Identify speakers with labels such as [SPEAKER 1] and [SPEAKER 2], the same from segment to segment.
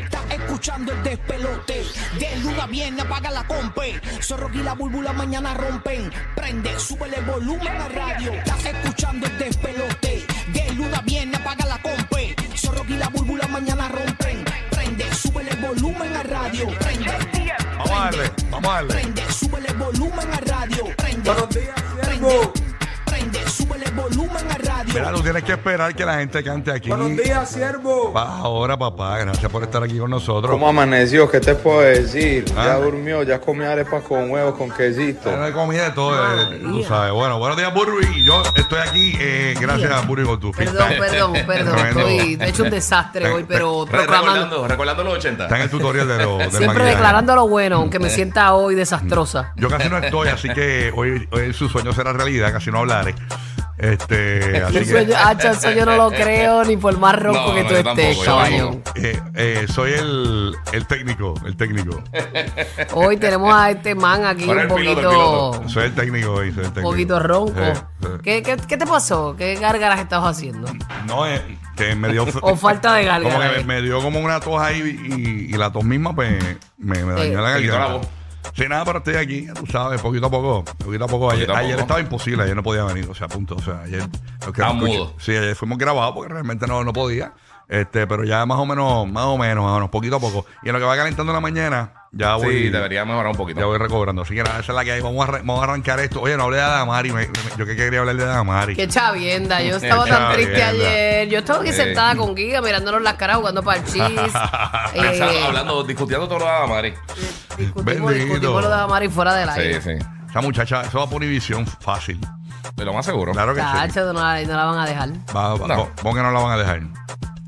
[SPEAKER 1] Estás escuchando el despelote. De luna viene, apaga la compe. Zorro y la búlbula mañana rompen. Prende, sube el volumen a radio. Estás escuchando el despelote. De luna viene, apaga la compe. Zorro y la búlbula mañana rompen. Prende, sube el volumen a radio. Prende.
[SPEAKER 2] Vamos a darle, vamos a darle.
[SPEAKER 1] Prende, sube el volumen a radio. Prende.
[SPEAKER 3] Buenos días,
[SPEAKER 1] Prende,
[SPEAKER 3] siervo.
[SPEAKER 1] prende, sube el volumen a radio.
[SPEAKER 2] Mira, tú tienes que esperar que la gente cante aquí.
[SPEAKER 3] Buenos días, siervo.
[SPEAKER 2] Baja ahora, papá. Gracias por estar aquí con nosotros.
[SPEAKER 4] ¿Cómo amaneció? ¿Qué te puedo decir?
[SPEAKER 2] Ah.
[SPEAKER 4] Ya durmió, ya comió arepas con huevos, con quesito.
[SPEAKER 3] Ah,
[SPEAKER 2] Era de comida de todo, eh, tú sabes. Bueno, buenos días, Burby. Yo estoy aquí, eh, gracias a Burby por tu
[SPEAKER 5] Perdón,
[SPEAKER 2] feedback.
[SPEAKER 5] perdón, perdón.
[SPEAKER 2] Tremendo.
[SPEAKER 5] Estoy, de hecho, un desastre hoy, pero
[SPEAKER 6] Re-
[SPEAKER 5] proclamando.
[SPEAKER 6] recordando, recordando los 80.
[SPEAKER 2] Está en el tutorial de los de
[SPEAKER 5] Siempre
[SPEAKER 2] maquillaje.
[SPEAKER 5] declarando lo bueno, aunque me sienta hoy desastrosa.
[SPEAKER 2] Yo casi no estoy, así que hoy, hoy su sueño será realidad, casi no hablaré. Este, así
[SPEAKER 5] El
[SPEAKER 2] que.
[SPEAKER 5] sueño, ah, chacho, eso yo no lo creo ni por más ronco
[SPEAKER 6] No,
[SPEAKER 5] que
[SPEAKER 6] no,
[SPEAKER 5] tú
[SPEAKER 6] yo
[SPEAKER 5] estés,
[SPEAKER 6] tampoco, yo
[SPEAKER 5] caballo.
[SPEAKER 6] tampoco.
[SPEAKER 2] eh, eh, soy el, el técnico, el técnico.
[SPEAKER 5] Hoy tenemos a este man aquí
[SPEAKER 6] Ahora
[SPEAKER 5] un
[SPEAKER 6] el piloto, el
[SPEAKER 5] poquito,
[SPEAKER 6] piloto.
[SPEAKER 2] Soy el técnico hoy, soy el
[SPEAKER 5] un
[SPEAKER 2] técnico.
[SPEAKER 5] poquito ronco.
[SPEAKER 2] Sí, sí.
[SPEAKER 5] ¿Qué, qué, qué te pasó? ¿Qué gárgaras estabas haciendo?
[SPEAKER 2] No, eh, que me dio.
[SPEAKER 5] O falta de gárgara,
[SPEAKER 2] Como que
[SPEAKER 5] eh.
[SPEAKER 2] me, me dio como una tos ahí y, y la tos misma, pues me, me dañó la
[SPEAKER 6] Te quitó la
[SPEAKER 2] garganta.
[SPEAKER 6] voz.
[SPEAKER 2] Sin nada, pero estoy aquí, ya tú sabes, poquito a poco. Poquito a poco. Ayer,
[SPEAKER 6] a poco.
[SPEAKER 2] ayer estaba imposible, ayer no podía venir, o sea, punto. O sea, ayer. lo que
[SPEAKER 6] Estaba
[SPEAKER 2] escuché-
[SPEAKER 6] mudo.
[SPEAKER 2] Sí, ayer fuimos grabados porque realmente no, no podía. Este, pero ya más o menos, más o menos, más o menos, poquito a poco. Y en lo que va calentando la mañana, ya
[SPEAKER 6] Sí,
[SPEAKER 2] voy.
[SPEAKER 6] debería mejorar un poquito.
[SPEAKER 2] Ah, Ya voy recobrando. Así que nada, esa es la que hay. Vamos a, arran- vamos a arrancar esto. Oye, no hablé de Adamari. me- me- yo que quería hablar de Adamari.
[SPEAKER 5] Qué chavienda, yo estaba tan triste
[SPEAKER 2] chavienda.
[SPEAKER 5] ayer. Yo estaba aquí
[SPEAKER 6] Sí.
[SPEAKER 5] sentada con Giga mirándonos las caras jugando parchís.
[SPEAKER 6] Pensando,
[SPEAKER 5] Eh,
[SPEAKER 6] hablando, discutiendo todo lo de Adamari.
[SPEAKER 5] discutimos,
[SPEAKER 2] Bendito.
[SPEAKER 5] discutimos lo de Amari fuera del aire.
[SPEAKER 6] Sí, sí.
[SPEAKER 2] Esa muchacha, eso va por Univisión fácil.
[SPEAKER 6] De lo más seguro.
[SPEAKER 2] Claro que sí.
[SPEAKER 5] Chacho, no, la, no la van a dejar.
[SPEAKER 2] Va, va,
[SPEAKER 6] No.
[SPEAKER 2] po- pon que no la van a dejar.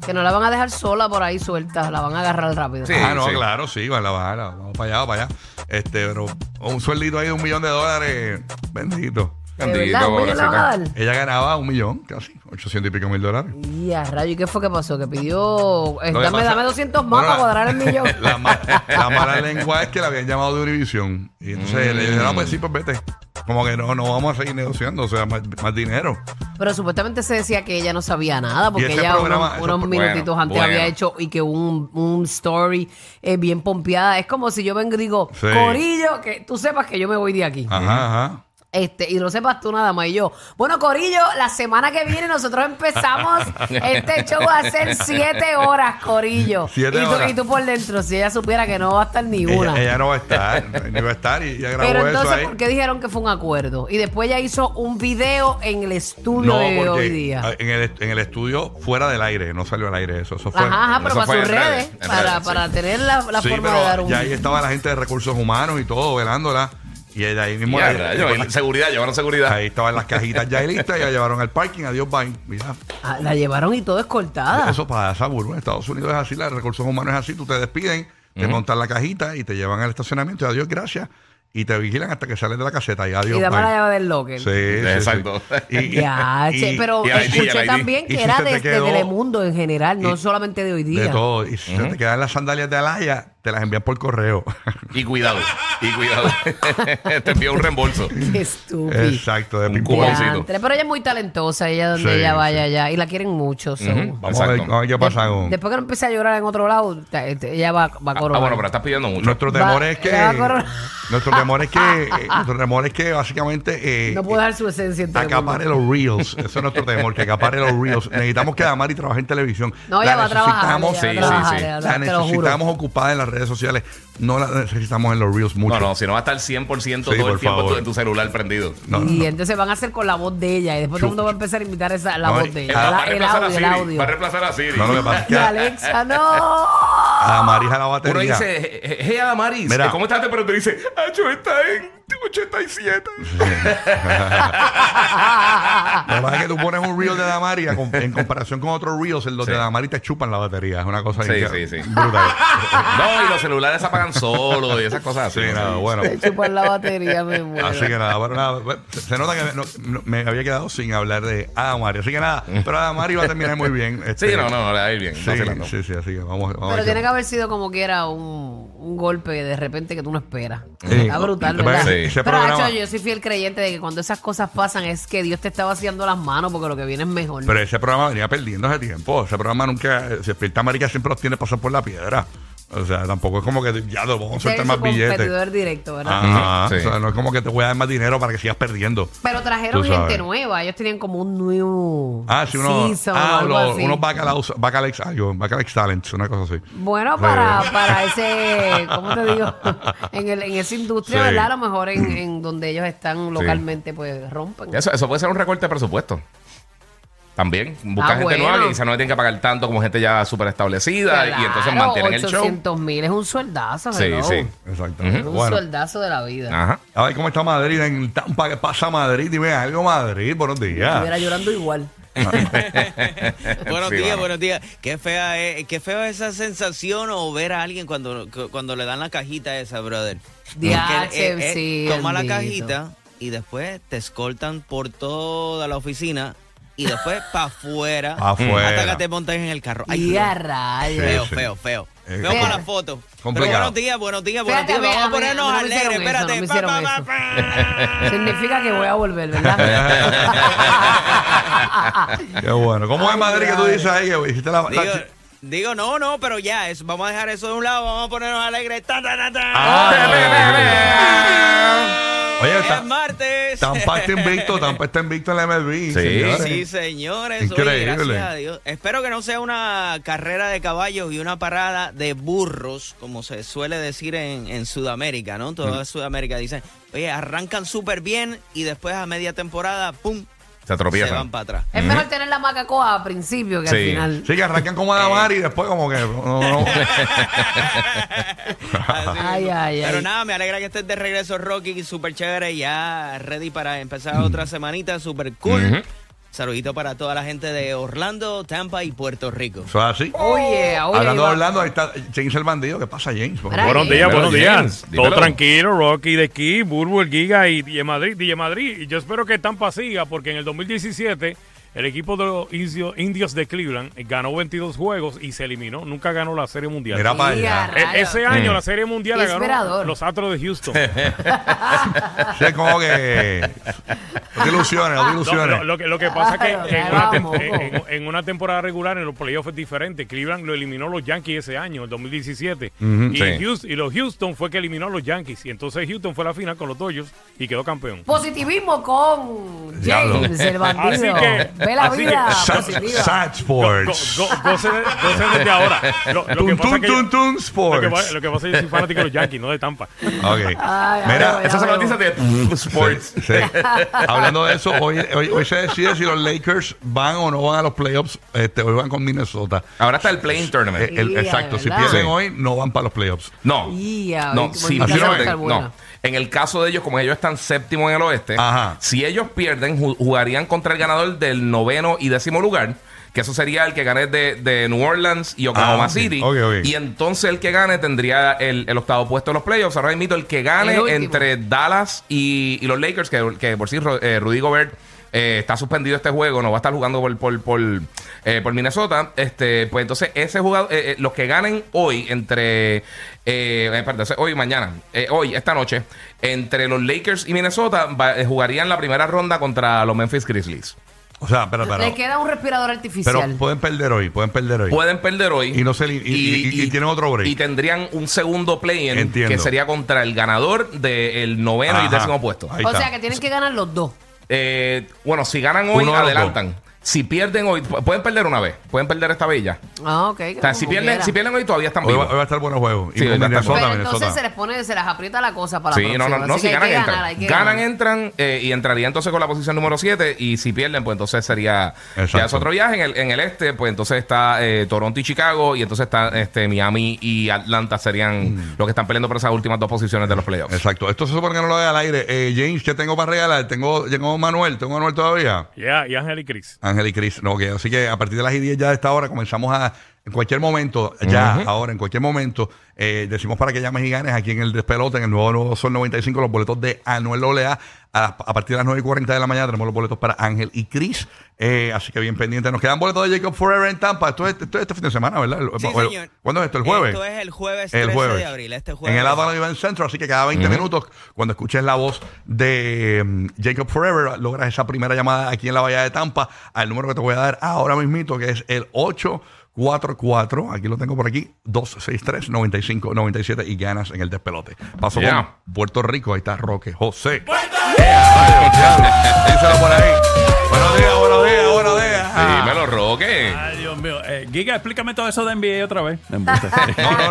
[SPEAKER 5] Que no la van a dejar sola por ahí suelta, la van a agarrar rápido.
[SPEAKER 6] Sí.
[SPEAKER 2] ah, no, claro, sí, va, la van a dejar. Vamos para allá, para allá. Este, pero un sueldito ahí de un millón de dólares, bendito.
[SPEAKER 5] ¿De verdad? ¿Un millón la van a
[SPEAKER 6] pobrecita.
[SPEAKER 5] dar?
[SPEAKER 2] Ella ganaba un millón, casi, 800 y pico mil dólares.
[SPEAKER 5] Y a rayo, ¿y qué fue que pasó? Que pidió. eh,
[SPEAKER 2] Lo que
[SPEAKER 5] dame,
[SPEAKER 2] pasa-
[SPEAKER 5] dame 200 más
[SPEAKER 2] Bueno,
[SPEAKER 5] para
[SPEAKER 2] la-
[SPEAKER 5] cuadrar el millón.
[SPEAKER 2] La, ma- la mala lengua es que la habían llamado de Univision. Y entonces le dijeron, no, pues sí, pues vete. Como que no, no vamos a seguir negociando, o sea, más, más dinero.
[SPEAKER 5] Pero supuestamente se decía que ella no sabía nada, porque
[SPEAKER 2] ese
[SPEAKER 5] ella
[SPEAKER 2] programa-
[SPEAKER 5] unos,
[SPEAKER 2] eso-
[SPEAKER 5] unos
[SPEAKER 2] bueno,
[SPEAKER 5] minutitos antes
[SPEAKER 6] bueno.
[SPEAKER 5] había hecho y que un, un story eh, bien pompeada. Es como si yo vengo y digo,
[SPEAKER 2] Sí.
[SPEAKER 5] Corillo, que tú sepas que yo me voy de aquí.
[SPEAKER 2] Ajá, ajá.
[SPEAKER 5] Este, y no sepas tú nada más. Y yo, bueno, Corillo, la semana que viene nosotros empezamos. Este show va a ser siete horas, Corillo.
[SPEAKER 2] Siete
[SPEAKER 5] y, tú,
[SPEAKER 2] horas.
[SPEAKER 5] y tú por dentro, si ella supiera que no va a estar ni una.
[SPEAKER 2] Ella, ella no va a estar, ni va a estar y ya grabó
[SPEAKER 5] Pero
[SPEAKER 2] eso ahí.
[SPEAKER 5] entonces, ¿por qué dijeron que fue un acuerdo? Y después ella hizo un video en el estudio de hoy día.
[SPEAKER 2] ah, En el, est- en el estudio fuera del aire, no salió al aire eso. Eso fue.
[SPEAKER 5] ajá, ajá, pero
[SPEAKER 6] eso
[SPEAKER 5] para
[SPEAKER 6] fue
[SPEAKER 5] sus
[SPEAKER 6] en
[SPEAKER 5] redes,
[SPEAKER 6] redes, en
[SPEAKER 5] para,
[SPEAKER 6] redes,
[SPEAKER 5] para
[SPEAKER 6] sí.
[SPEAKER 5] tener la, la
[SPEAKER 2] sí,
[SPEAKER 5] forma
[SPEAKER 2] pero
[SPEAKER 5] de dar un...
[SPEAKER 2] ya ahí estaba la gente de recursos humanos y todo velándola. Y de ahí mismo.
[SPEAKER 6] Ya,
[SPEAKER 2] ahí-
[SPEAKER 6] rayo, y seguridad, llevaron seguridad.
[SPEAKER 2] ahí estaban las cajitas ya listas y la llevaron al parking. Adiós, bye. Mira,
[SPEAKER 5] Ah, la llevaron y todo escoltada.
[SPEAKER 2] eso pasa, burro. En Estados Unidos es así, la de recursos humanos es así. Tú te despiden, te montan la cajita y te llevan al estacionamiento. Y adiós, gracias. Y te vigilan hasta que sales de la caseta. Y adiós,
[SPEAKER 5] y dame
[SPEAKER 2] bye.
[SPEAKER 5] la llave del locker.
[SPEAKER 2] Sí, sí, sí.
[SPEAKER 6] Exacto.
[SPEAKER 2] Y- y-
[SPEAKER 5] Ya, che,
[SPEAKER 2] y-
[SPEAKER 5] pero
[SPEAKER 6] y el ID,
[SPEAKER 5] escuché
[SPEAKER 6] el ID.
[SPEAKER 5] también
[SPEAKER 2] Y
[SPEAKER 5] que
[SPEAKER 2] si
[SPEAKER 5] era
[SPEAKER 2] se te
[SPEAKER 5] desde
[SPEAKER 2] quedó-
[SPEAKER 5] Telemundo en general, no
[SPEAKER 2] y-
[SPEAKER 5] solamente de hoy día.
[SPEAKER 2] De todo. Y si te quedan las sandalias de Alaya, te las envían por correo.
[SPEAKER 6] Y cuidado, y cuidado. Te envió un reembolso. Ah,
[SPEAKER 5] Qué estúpido.
[SPEAKER 2] Exacto, de
[SPEAKER 6] Un
[SPEAKER 2] pico.
[SPEAKER 6] cuboncito.
[SPEAKER 5] Diantre. Pero ella es muy talentosa, ella donde
[SPEAKER 2] Sí,
[SPEAKER 5] ella vaya allá. Y la quieren mucho. so.
[SPEAKER 6] Ujú.
[SPEAKER 2] Vamos a ver,
[SPEAKER 6] Exacto.
[SPEAKER 2] vamos a ver qué pasa con.
[SPEAKER 5] Después que no empiece a llorar en otro lado, ta- este, ella va, va a
[SPEAKER 6] Ah,
[SPEAKER 5] coronar.
[SPEAKER 6] bueno, pero estás pidiendo mucho.
[SPEAKER 2] Nuestro
[SPEAKER 5] Va-
[SPEAKER 2] temor es que.
[SPEAKER 5] le va a correr.
[SPEAKER 2] Nuestro temor es que. eh, nuestro temor es que básicamente. eh,
[SPEAKER 5] no puede dar su esencia en Telemundo.
[SPEAKER 2] Acapare los reels, eso es nuestro temor, que acapare los reels. Necesitamos que Damari trabaje en televisión.
[SPEAKER 5] No, ella va a trabajar.
[SPEAKER 2] necesitamos-
[SPEAKER 5] ella va a
[SPEAKER 6] sí,
[SPEAKER 5] trabajar,
[SPEAKER 6] sí.
[SPEAKER 5] ella va a
[SPEAKER 2] La
[SPEAKER 5] trabajar, te lo juro.
[SPEAKER 2] necesitamos ocupada en las redes sociales, no la necesitamos en los reels mucho.
[SPEAKER 6] No, no, si no va a estar 100%
[SPEAKER 2] Sí,
[SPEAKER 6] todo
[SPEAKER 2] por
[SPEAKER 6] el tiempo
[SPEAKER 2] favor.
[SPEAKER 6] en tu celular prendido.
[SPEAKER 2] No, no,
[SPEAKER 5] y
[SPEAKER 2] no.
[SPEAKER 5] entonces van a hacer con la voz de ella y después todo el mundo va a empezar a imitar esa, la
[SPEAKER 2] No,
[SPEAKER 5] voz de
[SPEAKER 2] y-
[SPEAKER 5] ella.
[SPEAKER 2] Ah,
[SPEAKER 5] la-
[SPEAKER 6] Eh, va a
[SPEAKER 5] el
[SPEAKER 6] reemplazar
[SPEAKER 5] audio, el
[SPEAKER 6] a Siri.
[SPEAKER 5] audio.
[SPEAKER 6] Va a reemplazar a Siri.
[SPEAKER 2] No, lo que pasa es
[SPEAKER 5] Y
[SPEAKER 2] que
[SPEAKER 5] Alexa, no.
[SPEAKER 2] Adamari es a la batería.
[SPEAKER 6] Uno dice, hey Adamaris,
[SPEAKER 2] Mira.
[SPEAKER 6] ¿cómo estás? Pero te dice, Acho está en 87.
[SPEAKER 2] Lo que pasa es que tú pones un reel de Damari a com- en comparación con otros reels, en los
[SPEAKER 6] Sí.
[SPEAKER 2] de Damari te chupan la batería. Es una cosa
[SPEAKER 6] Sí,
[SPEAKER 2] inca-
[SPEAKER 6] sí, sí.
[SPEAKER 2] brutal.
[SPEAKER 6] No, y los celulares se apagan solo y esas cosas así.
[SPEAKER 2] Sí, nada, bueno.
[SPEAKER 5] Te chupan la batería, me muero.
[SPEAKER 2] Así que nada, bueno, nada, bueno, se- se nota que me- no- no- me había quedado sin hablar de Adamari. Así que nada, pero Adamari va a terminar muy bien.
[SPEAKER 6] Sí,
[SPEAKER 2] este,
[SPEAKER 6] no, no, no, le va a ir bien.
[SPEAKER 2] Sí,
[SPEAKER 6] vacilando.
[SPEAKER 2] sí, sí, así que vamos, vamos a
[SPEAKER 5] Pero
[SPEAKER 2] ver
[SPEAKER 5] tiene
[SPEAKER 2] qué-
[SPEAKER 5] que haber sido como que era un, un golpe de repente que tú no esperas.
[SPEAKER 2] Sí.
[SPEAKER 5] Está brutal,
[SPEAKER 2] Lo que
[SPEAKER 5] ¿verdad?
[SPEAKER 2] pasa es que
[SPEAKER 6] Sí.
[SPEAKER 2] ese
[SPEAKER 5] Pero
[SPEAKER 2] programa-
[SPEAKER 5] Hacho, yo soy fiel creyente de que cuando esas cosas pasan es que Dios te está vaciando las manos porque lo que viene es mejor.
[SPEAKER 2] Pero ese programa venía perdiendo hace tiempo. Ese programa nunca. Se Pinta América siempre los tiene pasar por la piedra. O sea, tampoco es como que ya lo vamos a
[SPEAKER 5] Ese es
[SPEAKER 2] soltar
[SPEAKER 5] su
[SPEAKER 2] más billetes. Ah.
[SPEAKER 5] competidor directo, ¿verdad?
[SPEAKER 2] Ajá.
[SPEAKER 6] Sí.
[SPEAKER 2] O sea, no es como que te voy a dar más dinero para que sigas perdiendo.
[SPEAKER 5] Pero trajeron
[SPEAKER 2] Tú
[SPEAKER 5] gente
[SPEAKER 2] sabes.
[SPEAKER 5] nueva. Ellos tenían como un new
[SPEAKER 2] Ah, sí, unos,
[SPEAKER 5] season o
[SPEAKER 2] ah,
[SPEAKER 5] algo
[SPEAKER 2] los-
[SPEAKER 5] así.
[SPEAKER 2] unos bacalaos, bacalex, algo, bacalex talents, una cosa así.
[SPEAKER 5] Bueno,
[SPEAKER 2] Sí.
[SPEAKER 5] para, para ese, ¿cómo te digo? en, el, en esa industria,
[SPEAKER 2] Sí.
[SPEAKER 5] ¿verdad? A lo mejor en, en donde ellos están localmente, pues rompen.
[SPEAKER 6] Eso, eso puede ser un recorte de presupuesto. También. Buscan
[SPEAKER 5] Ah,
[SPEAKER 6] gente
[SPEAKER 5] bueno.
[SPEAKER 6] nueva y quizás no le tienen que pagar tanto como gente ya súper establecida y entonces mantienen el show.
[SPEAKER 5] 800 mil es un sueldazo,
[SPEAKER 6] Sí,
[SPEAKER 5] hello.
[SPEAKER 6] sí. Ah.
[SPEAKER 2] Exactamente.
[SPEAKER 5] Un
[SPEAKER 2] Bueno,
[SPEAKER 5] sueldazo de la vida.
[SPEAKER 6] Ajá.
[SPEAKER 2] a ver cómo está Madrid en Tampa. ¿Qué pasa Madrid? Dime algo, Madrid. Buenos
[SPEAKER 5] Estuviera
[SPEAKER 2] días.
[SPEAKER 5] llorando igual.
[SPEAKER 3] Buenos
[SPEAKER 6] Sí,
[SPEAKER 3] días,
[SPEAKER 6] mano.
[SPEAKER 3] buenos días. Qué fea es, qué feo es esa sensación o ver a alguien cuando, cu- cuando le dan la cajita esa, brother.
[SPEAKER 5] Diache,
[SPEAKER 3] Porque, eh, eh,
[SPEAKER 5] sí,
[SPEAKER 3] toma la
[SPEAKER 5] bendito.
[SPEAKER 3] cajita y después te escoltan por toda la oficina y después para afuera.
[SPEAKER 2] Pa' afuera.
[SPEAKER 3] Hasta que te montas en el carro. Ay,
[SPEAKER 5] Y a
[SPEAKER 3] feo,
[SPEAKER 5] rayos.
[SPEAKER 3] feo,
[SPEAKER 2] Sí, sí.
[SPEAKER 3] feo, feo.
[SPEAKER 2] Eh,
[SPEAKER 3] Feo para
[SPEAKER 5] Fíjate.
[SPEAKER 3] la foto. Pero
[SPEAKER 2] Complicado.
[SPEAKER 3] buenos días, buenos días, buenos
[SPEAKER 5] Fíjate,
[SPEAKER 3] días.
[SPEAKER 5] a
[SPEAKER 3] Vamos a
[SPEAKER 5] mí, a mí no
[SPEAKER 3] ponernos
[SPEAKER 5] me hicieron
[SPEAKER 3] alegres.
[SPEAKER 5] eso, no me
[SPEAKER 3] Espérate. Pa,
[SPEAKER 5] hicieron
[SPEAKER 3] pa,
[SPEAKER 5] eso.
[SPEAKER 3] pa, pa.
[SPEAKER 5] Significa que voy a volver, ¿verdad?
[SPEAKER 2] Qué bueno. ¿Cómo es
[SPEAKER 5] Ay,
[SPEAKER 2] Madrid que tú
[SPEAKER 5] brother.
[SPEAKER 2] dices ahí que hiciste la. la
[SPEAKER 3] Digo,
[SPEAKER 2] chi-
[SPEAKER 3] digo, no, no, pero ya, eso, vamos a dejar eso de un lado, vamos a ponernos alegres. Ta, ta, ta, ta.
[SPEAKER 6] Ah,
[SPEAKER 2] Oye,
[SPEAKER 3] es
[SPEAKER 2] está-
[SPEAKER 3] martes.
[SPEAKER 2] Tampa está invicto, Tampa está invicto en la MLB.
[SPEAKER 6] Sí.
[SPEAKER 2] señores.
[SPEAKER 3] Sí, señores. Oye,
[SPEAKER 2] Increíble.
[SPEAKER 3] gracias a Dios. Espero que no sea una carrera de caballos y una parada de burros, como se suele decir en, en Sudamérica, ¿no? Toda Sudamérica dicen, oye, arrancan súper bien y después a media temporada, ¡pum!
[SPEAKER 6] Se
[SPEAKER 3] Se van
[SPEAKER 6] tropiezan.
[SPEAKER 3] para atrás.
[SPEAKER 5] es mejor tener la macacoa al principio que al
[SPEAKER 6] Sí.
[SPEAKER 5] final.
[SPEAKER 2] Sí, que arrancan como
[SPEAKER 3] Eh.
[SPEAKER 2] Adamari y después como que... no, no, no.
[SPEAKER 3] Así
[SPEAKER 5] Ay,
[SPEAKER 3] mismo.
[SPEAKER 5] ay,
[SPEAKER 3] Pero
[SPEAKER 5] ay.
[SPEAKER 3] nada, me alegra que estés de regreso, Rocky, súper chévere, ya ready para empezar otra semanita, súper cool. Saludito para toda la gente de Orlando, Tampa y Puerto Rico.
[SPEAKER 2] Eso es así.
[SPEAKER 5] Oye, oye.
[SPEAKER 2] hablando,
[SPEAKER 5] Iván.
[SPEAKER 2] hablando, ahí está James el bandido. ¿Qué pasa, James?
[SPEAKER 5] Mira,
[SPEAKER 7] Buenos días,
[SPEAKER 5] Bien.
[SPEAKER 6] Dímelo,
[SPEAKER 7] buenos
[SPEAKER 6] James.
[SPEAKER 7] días.
[SPEAKER 6] Dímelo.
[SPEAKER 7] Todo tranquilo, Rocky de aquí, Burbu, el Giga y DJ Madrid. DJ Madrid. Y yo espero que Tampa siga porque en el 2017 el equipo de los indio- indios de Cleveland ganó 22 juegos y se eliminó. Nunca ganó la Serie Mundial.
[SPEAKER 2] Mira para
[SPEAKER 5] Y a
[SPEAKER 2] allá.
[SPEAKER 7] E-
[SPEAKER 5] rayos.
[SPEAKER 7] ese año
[SPEAKER 6] Mm.
[SPEAKER 7] la Serie Mundial la ganó
[SPEAKER 5] Inspirador.
[SPEAKER 7] los Astros de Houston.
[SPEAKER 2] Sí, es como que... No te ilusiones, no te
[SPEAKER 7] Ah, No, lo,
[SPEAKER 2] ilusiones.
[SPEAKER 7] lo que, lo que pasa es que
[SPEAKER 5] Claro,
[SPEAKER 7] en,
[SPEAKER 5] claro,
[SPEAKER 7] una, tem-
[SPEAKER 5] vamos.
[SPEAKER 7] en- en- en una temporada regular en los playoffs es diferente. Cleveland lo eliminó los Yankees ese año, el 2017. y,
[SPEAKER 6] sí.
[SPEAKER 7] Houst- y los Houston fue que eliminó a los Yankees. Y entonces Houston fue a la final con los Dodgers y quedó campeón.
[SPEAKER 5] Positivismo con
[SPEAKER 2] Diablo.
[SPEAKER 5] James, el bandido.
[SPEAKER 7] Así que-
[SPEAKER 5] Ve la
[SPEAKER 7] así
[SPEAKER 5] vida
[SPEAKER 7] que-
[SPEAKER 2] Sa-
[SPEAKER 5] positiva.
[SPEAKER 2] Satsports.
[SPEAKER 7] Go- go- go- goce de- goce desde ahora. Lo, lo que
[SPEAKER 2] Tum,
[SPEAKER 7] pasa
[SPEAKER 2] tum,
[SPEAKER 7] es que yo-
[SPEAKER 2] tum, tum,
[SPEAKER 7] lo que
[SPEAKER 2] sports.
[SPEAKER 7] va- lo que pasa es que yo soy fanático de los Yankees, no de Tampa.
[SPEAKER 2] Ok.
[SPEAKER 5] Ay, ay,
[SPEAKER 2] Mira,
[SPEAKER 5] ay,
[SPEAKER 6] Esa
[SPEAKER 5] ay, ay.
[SPEAKER 6] sonatiza de Sports.
[SPEAKER 2] Mm. Sí, sí. Hablando de eso, hoy, hoy, hoy se decide si los Lakers van o no van a los playoffs. Este, hoy van con Minnesota.
[SPEAKER 6] Ahora está el Playing
[SPEAKER 2] Eh,
[SPEAKER 6] Tournament.
[SPEAKER 2] el-
[SPEAKER 5] Sí,
[SPEAKER 2] exacto, si
[SPEAKER 5] ¿verdad?
[SPEAKER 2] pierden
[SPEAKER 6] Sí.
[SPEAKER 2] hoy, no van para los playoffs.
[SPEAKER 6] No.
[SPEAKER 5] Y a
[SPEAKER 6] No,
[SPEAKER 5] ver,
[SPEAKER 6] si
[SPEAKER 5] bueno,
[SPEAKER 2] así no
[SPEAKER 6] pierden,
[SPEAKER 2] va a
[SPEAKER 5] estar buena.
[SPEAKER 6] no. En el caso de ellos, como ellos están séptimo en el oeste,
[SPEAKER 2] Ajá.
[SPEAKER 6] si ellos pierden, ju- jugarían contra el ganador del noveno y décimo lugar, que eso sería el que gane de, de New Orleans y Oklahoma
[SPEAKER 2] Ah, ok,
[SPEAKER 6] City.
[SPEAKER 2] ok, ok.
[SPEAKER 6] Y entonces el que gane tendría el, el octavo puesto en los playoffs. Ahora mismo el que gane
[SPEAKER 5] El último.
[SPEAKER 6] entre Dallas y, y los Lakers, que, que por si Rudy Gobert eh, está suspendido este juego, no va a estar jugando por, por, por, eh, por Minnesota. Este, pues entonces, ese jugador, eh, eh, los que ganen hoy, entre. eh, eh, perdón, hoy, mañana, eh, hoy, esta noche, entre los Lakers y Minnesota, va- eh, jugarían la primera ronda contra los Memphis Grizzlies.
[SPEAKER 2] O sea, espera, espera.
[SPEAKER 5] Le queda un respirador
[SPEAKER 2] Pero pues,
[SPEAKER 5] artificial.
[SPEAKER 2] pueden perder hoy, pueden perder hoy.
[SPEAKER 6] Pueden perder hoy.
[SPEAKER 2] Y no se li- y- y- y tienen otro break.
[SPEAKER 6] Y tendrían un segundo play-in
[SPEAKER 2] Entiendo.
[SPEAKER 6] que sería contra el ganador del noveno y
[SPEAKER 2] Ajá.
[SPEAKER 6] décimo puesto.
[SPEAKER 2] Ahí
[SPEAKER 5] o
[SPEAKER 2] está.
[SPEAKER 5] sea que tienen que ganar los dos.
[SPEAKER 6] Eh, bueno, si ganan hoy,
[SPEAKER 2] Uno de los
[SPEAKER 6] adelantan. Si pierden hoy, pu- pueden perder una vez, pueden perder esta vez y ya.
[SPEAKER 5] Ah, ok.
[SPEAKER 6] O sea, si pierden, si pierden hoy todavía están
[SPEAKER 2] Hoy va,
[SPEAKER 6] vivos.
[SPEAKER 2] hoy va a estar bueno juego.
[SPEAKER 6] Sí,
[SPEAKER 2] y con
[SPEAKER 6] va a estar
[SPEAKER 2] Minnesota,
[SPEAKER 5] Pero pues, entonces
[SPEAKER 2] Minnesota.
[SPEAKER 5] se les pone, se las aprieta la cosa para
[SPEAKER 6] Sí,
[SPEAKER 5] la
[SPEAKER 6] no,
[SPEAKER 5] próxima.
[SPEAKER 6] no, no,
[SPEAKER 5] Así
[SPEAKER 6] si
[SPEAKER 5] que hay
[SPEAKER 6] ganan,
[SPEAKER 5] que ganar,
[SPEAKER 6] entran.
[SPEAKER 5] hay que
[SPEAKER 6] Ganan,
[SPEAKER 5] ganar.
[SPEAKER 6] entran eh, y entraría entonces con la posición número 7 y si pierden, pues entonces sería
[SPEAKER 2] Exacto.
[SPEAKER 6] ya es otro viaje en el, en el este, pues entonces está eh, Toronto y Chicago y entonces está este, Miami y Atlanta serían los que están peleando por esas últimas dos posiciones de los playoffs.
[SPEAKER 2] Mm. Exacto. Esto se supone que no lo vea al aire. Eh, James, ¿qué tengo para regalar? Tengo, llegó Manuel, tengo Manuel todavía.
[SPEAKER 7] Ya, y Ángel y Cris.
[SPEAKER 2] Ángel y Cris, no, que así que a partir de las 10 ya de esta hora comenzamos a, en cualquier momento, ya, ahora, en cualquier momento, eh, decimos para que llames y ganes aquí en el despelote, en el nuevo, nuevo Sol 95, los boletos de Anuel Olea. A, las- a partir de las 9 y 40 de la mañana tenemos los boletos para Ángel y Cris. Eh, así que bien pendiente. Nos quedan boletos de Jacob Forever en Tampa. Esto es, esto es este fin de semana, ¿verdad? El-
[SPEAKER 3] Sí,
[SPEAKER 2] el-
[SPEAKER 3] señor.
[SPEAKER 2] ¿Cuándo es esto? ¿El jueves?
[SPEAKER 3] Esto es el jueves 13
[SPEAKER 2] el jueves.
[SPEAKER 3] de abril. Este jueves.
[SPEAKER 2] En el Avalon Event Center, así que cada 20 minutos, cuando escuches la voz de mm, Jacob Forever, logras esa primera llamada aquí en la Bahía de Tampa al número que te voy a dar ahora mismito, que es el 844, aquí lo tengo por aquí, 263-9597 y ganas en el despelote. Paso
[SPEAKER 6] Yeah.
[SPEAKER 2] con Puerto Rico, ahí está Roque José. Ay, muchacho, díselo por ahí. Buenos días, buenos días, buenos días.
[SPEAKER 6] Dímelo, Roque.
[SPEAKER 8] Ay, Dios mío. Eh, Giga, explícame todo eso de NBA otra vez.
[SPEAKER 2] No, no,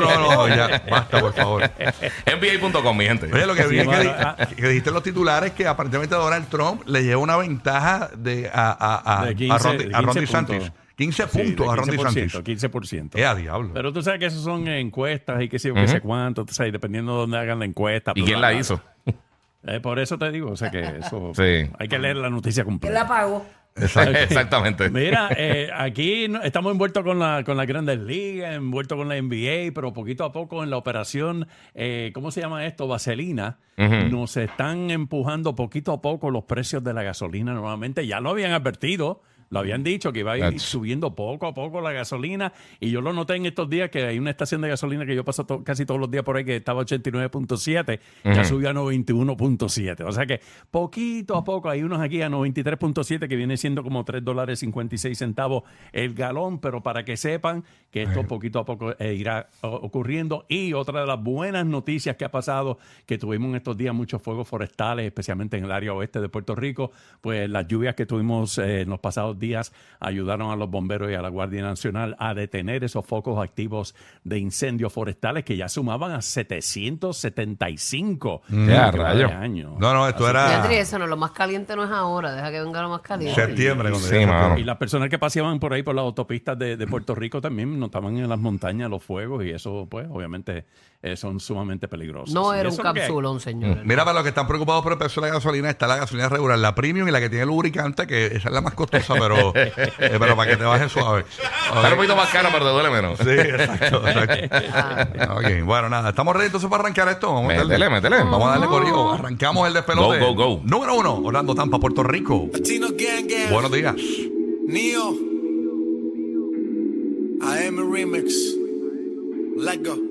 [SPEAKER 2] no, no, ya, basta, por favor.
[SPEAKER 6] NBA.com, mi gente.
[SPEAKER 2] Oye, lo que vi
[SPEAKER 8] Sí,
[SPEAKER 2] es que,
[SPEAKER 8] bueno,
[SPEAKER 2] di-
[SPEAKER 8] ah.
[SPEAKER 2] que dijiste en los titulares que aparentemente Donald Trump le lleva una ventaja de a, a, a,
[SPEAKER 8] De
[SPEAKER 2] a
[SPEAKER 8] 15,
[SPEAKER 2] Ron,
[SPEAKER 8] de
[SPEAKER 2] a Ron
[SPEAKER 8] 15
[SPEAKER 2] DeSantis.
[SPEAKER 8] puntos.
[SPEAKER 2] 15
[SPEAKER 8] Sí, de
[SPEAKER 2] puntos a Ron
[SPEAKER 8] 15%,
[SPEAKER 2] DeSantis.
[SPEAKER 8] 15%.
[SPEAKER 2] ¡Eh, a diablo!
[SPEAKER 8] Pero tú sabes que eso son encuestas y qué sé yo, qué sé cuánto, tú sabes, dependiendo de dónde hagan la encuesta.
[SPEAKER 6] ¿Y
[SPEAKER 8] bla,
[SPEAKER 6] quién
[SPEAKER 8] bla,
[SPEAKER 6] la
[SPEAKER 8] bla.
[SPEAKER 6] hizo?
[SPEAKER 8] Eh, por eso te digo, o sea que eso
[SPEAKER 6] Sí.
[SPEAKER 8] hay que leer la noticia
[SPEAKER 5] Él la
[SPEAKER 8] completa.
[SPEAKER 5] pagó.
[SPEAKER 2] Exacto.
[SPEAKER 6] Exactamente.
[SPEAKER 8] Mira, eh, aquí no- estamos envueltos con la con las grandes ligas, envueltos con la NBA, pero poquito a poco en la operación, eh, ¿cómo se llama esto? Vaselina. Nos están empujando poquito a poco los precios de la gasolina nuevamente. Ya lo habían advertido, lo habían dicho que iba a ir
[SPEAKER 6] Ach.
[SPEAKER 8] subiendo poco a poco la gasolina. Y yo lo noté en estos días que hay una estación de gasolina que yo paso to- casi todos los días por ahí que estaba 89.7, ya subió a 91.7. O sea que poquito a poco hay unos aquí a 93.7 que viene siendo como 3 dólares 56 centavos el galón, pero para que sepan que esto poquito a poco eh, irá o- ocurriendo. Y otra de las buenas noticias que ha pasado, que tuvimos en estos días muchos fuegos forestales, especialmente en el área oeste de Puerto Rico, pues las lluvias que tuvimos eh, en los pasados días ayudaron a los bomberos y a la Guardia Nacional a detener esos focos activos de incendios forestales que ya sumaban a 775
[SPEAKER 6] Mm, Ya,
[SPEAKER 2] Mm.
[SPEAKER 8] Que
[SPEAKER 6] rayo.
[SPEAKER 8] vaya año.
[SPEAKER 2] No, no, esto era
[SPEAKER 5] Fíjate, eso no, lo más caliente no es ahora. Deja que venga lo más caliente.
[SPEAKER 2] Ah. septiembre. cuando
[SPEAKER 6] Sí,
[SPEAKER 2] llegó.
[SPEAKER 6] mano.
[SPEAKER 8] Y las personas que paseaban por ahí por las autopistas de, de Puerto Rico también notaban en las montañas los fuegos y eso, pues, obviamente eh, son sumamente peligrosos.
[SPEAKER 5] No
[SPEAKER 8] Y
[SPEAKER 5] era un
[SPEAKER 8] eso es lo que hay.
[SPEAKER 5] capsulón, señor.
[SPEAKER 2] Mira, para los que están preocupados por el precio de la gasolina, está la gasolina regular, la premium y la que tiene lubricante, que esa es la más costosa, pero, eh, pero para que te baje suave.
[SPEAKER 6] Está un poquito más caro, pero te duele menos.
[SPEAKER 2] Sí, exacto, exacto. Ok, bueno, nada, estamos ready entonces para arrancar esto. Vamos a
[SPEAKER 6] Métele,
[SPEAKER 2] darle,
[SPEAKER 6] métele.
[SPEAKER 2] Vamos a darle corrido. Arrancamos el despelote.
[SPEAKER 6] Go, go, go.
[SPEAKER 2] Número uno, Orlando Tampa, Puerto Rico.
[SPEAKER 9] Chino Gang Gang.
[SPEAKER 2] Buenos días.
[SPEAKER 9] Neo. I am a remix. Let go.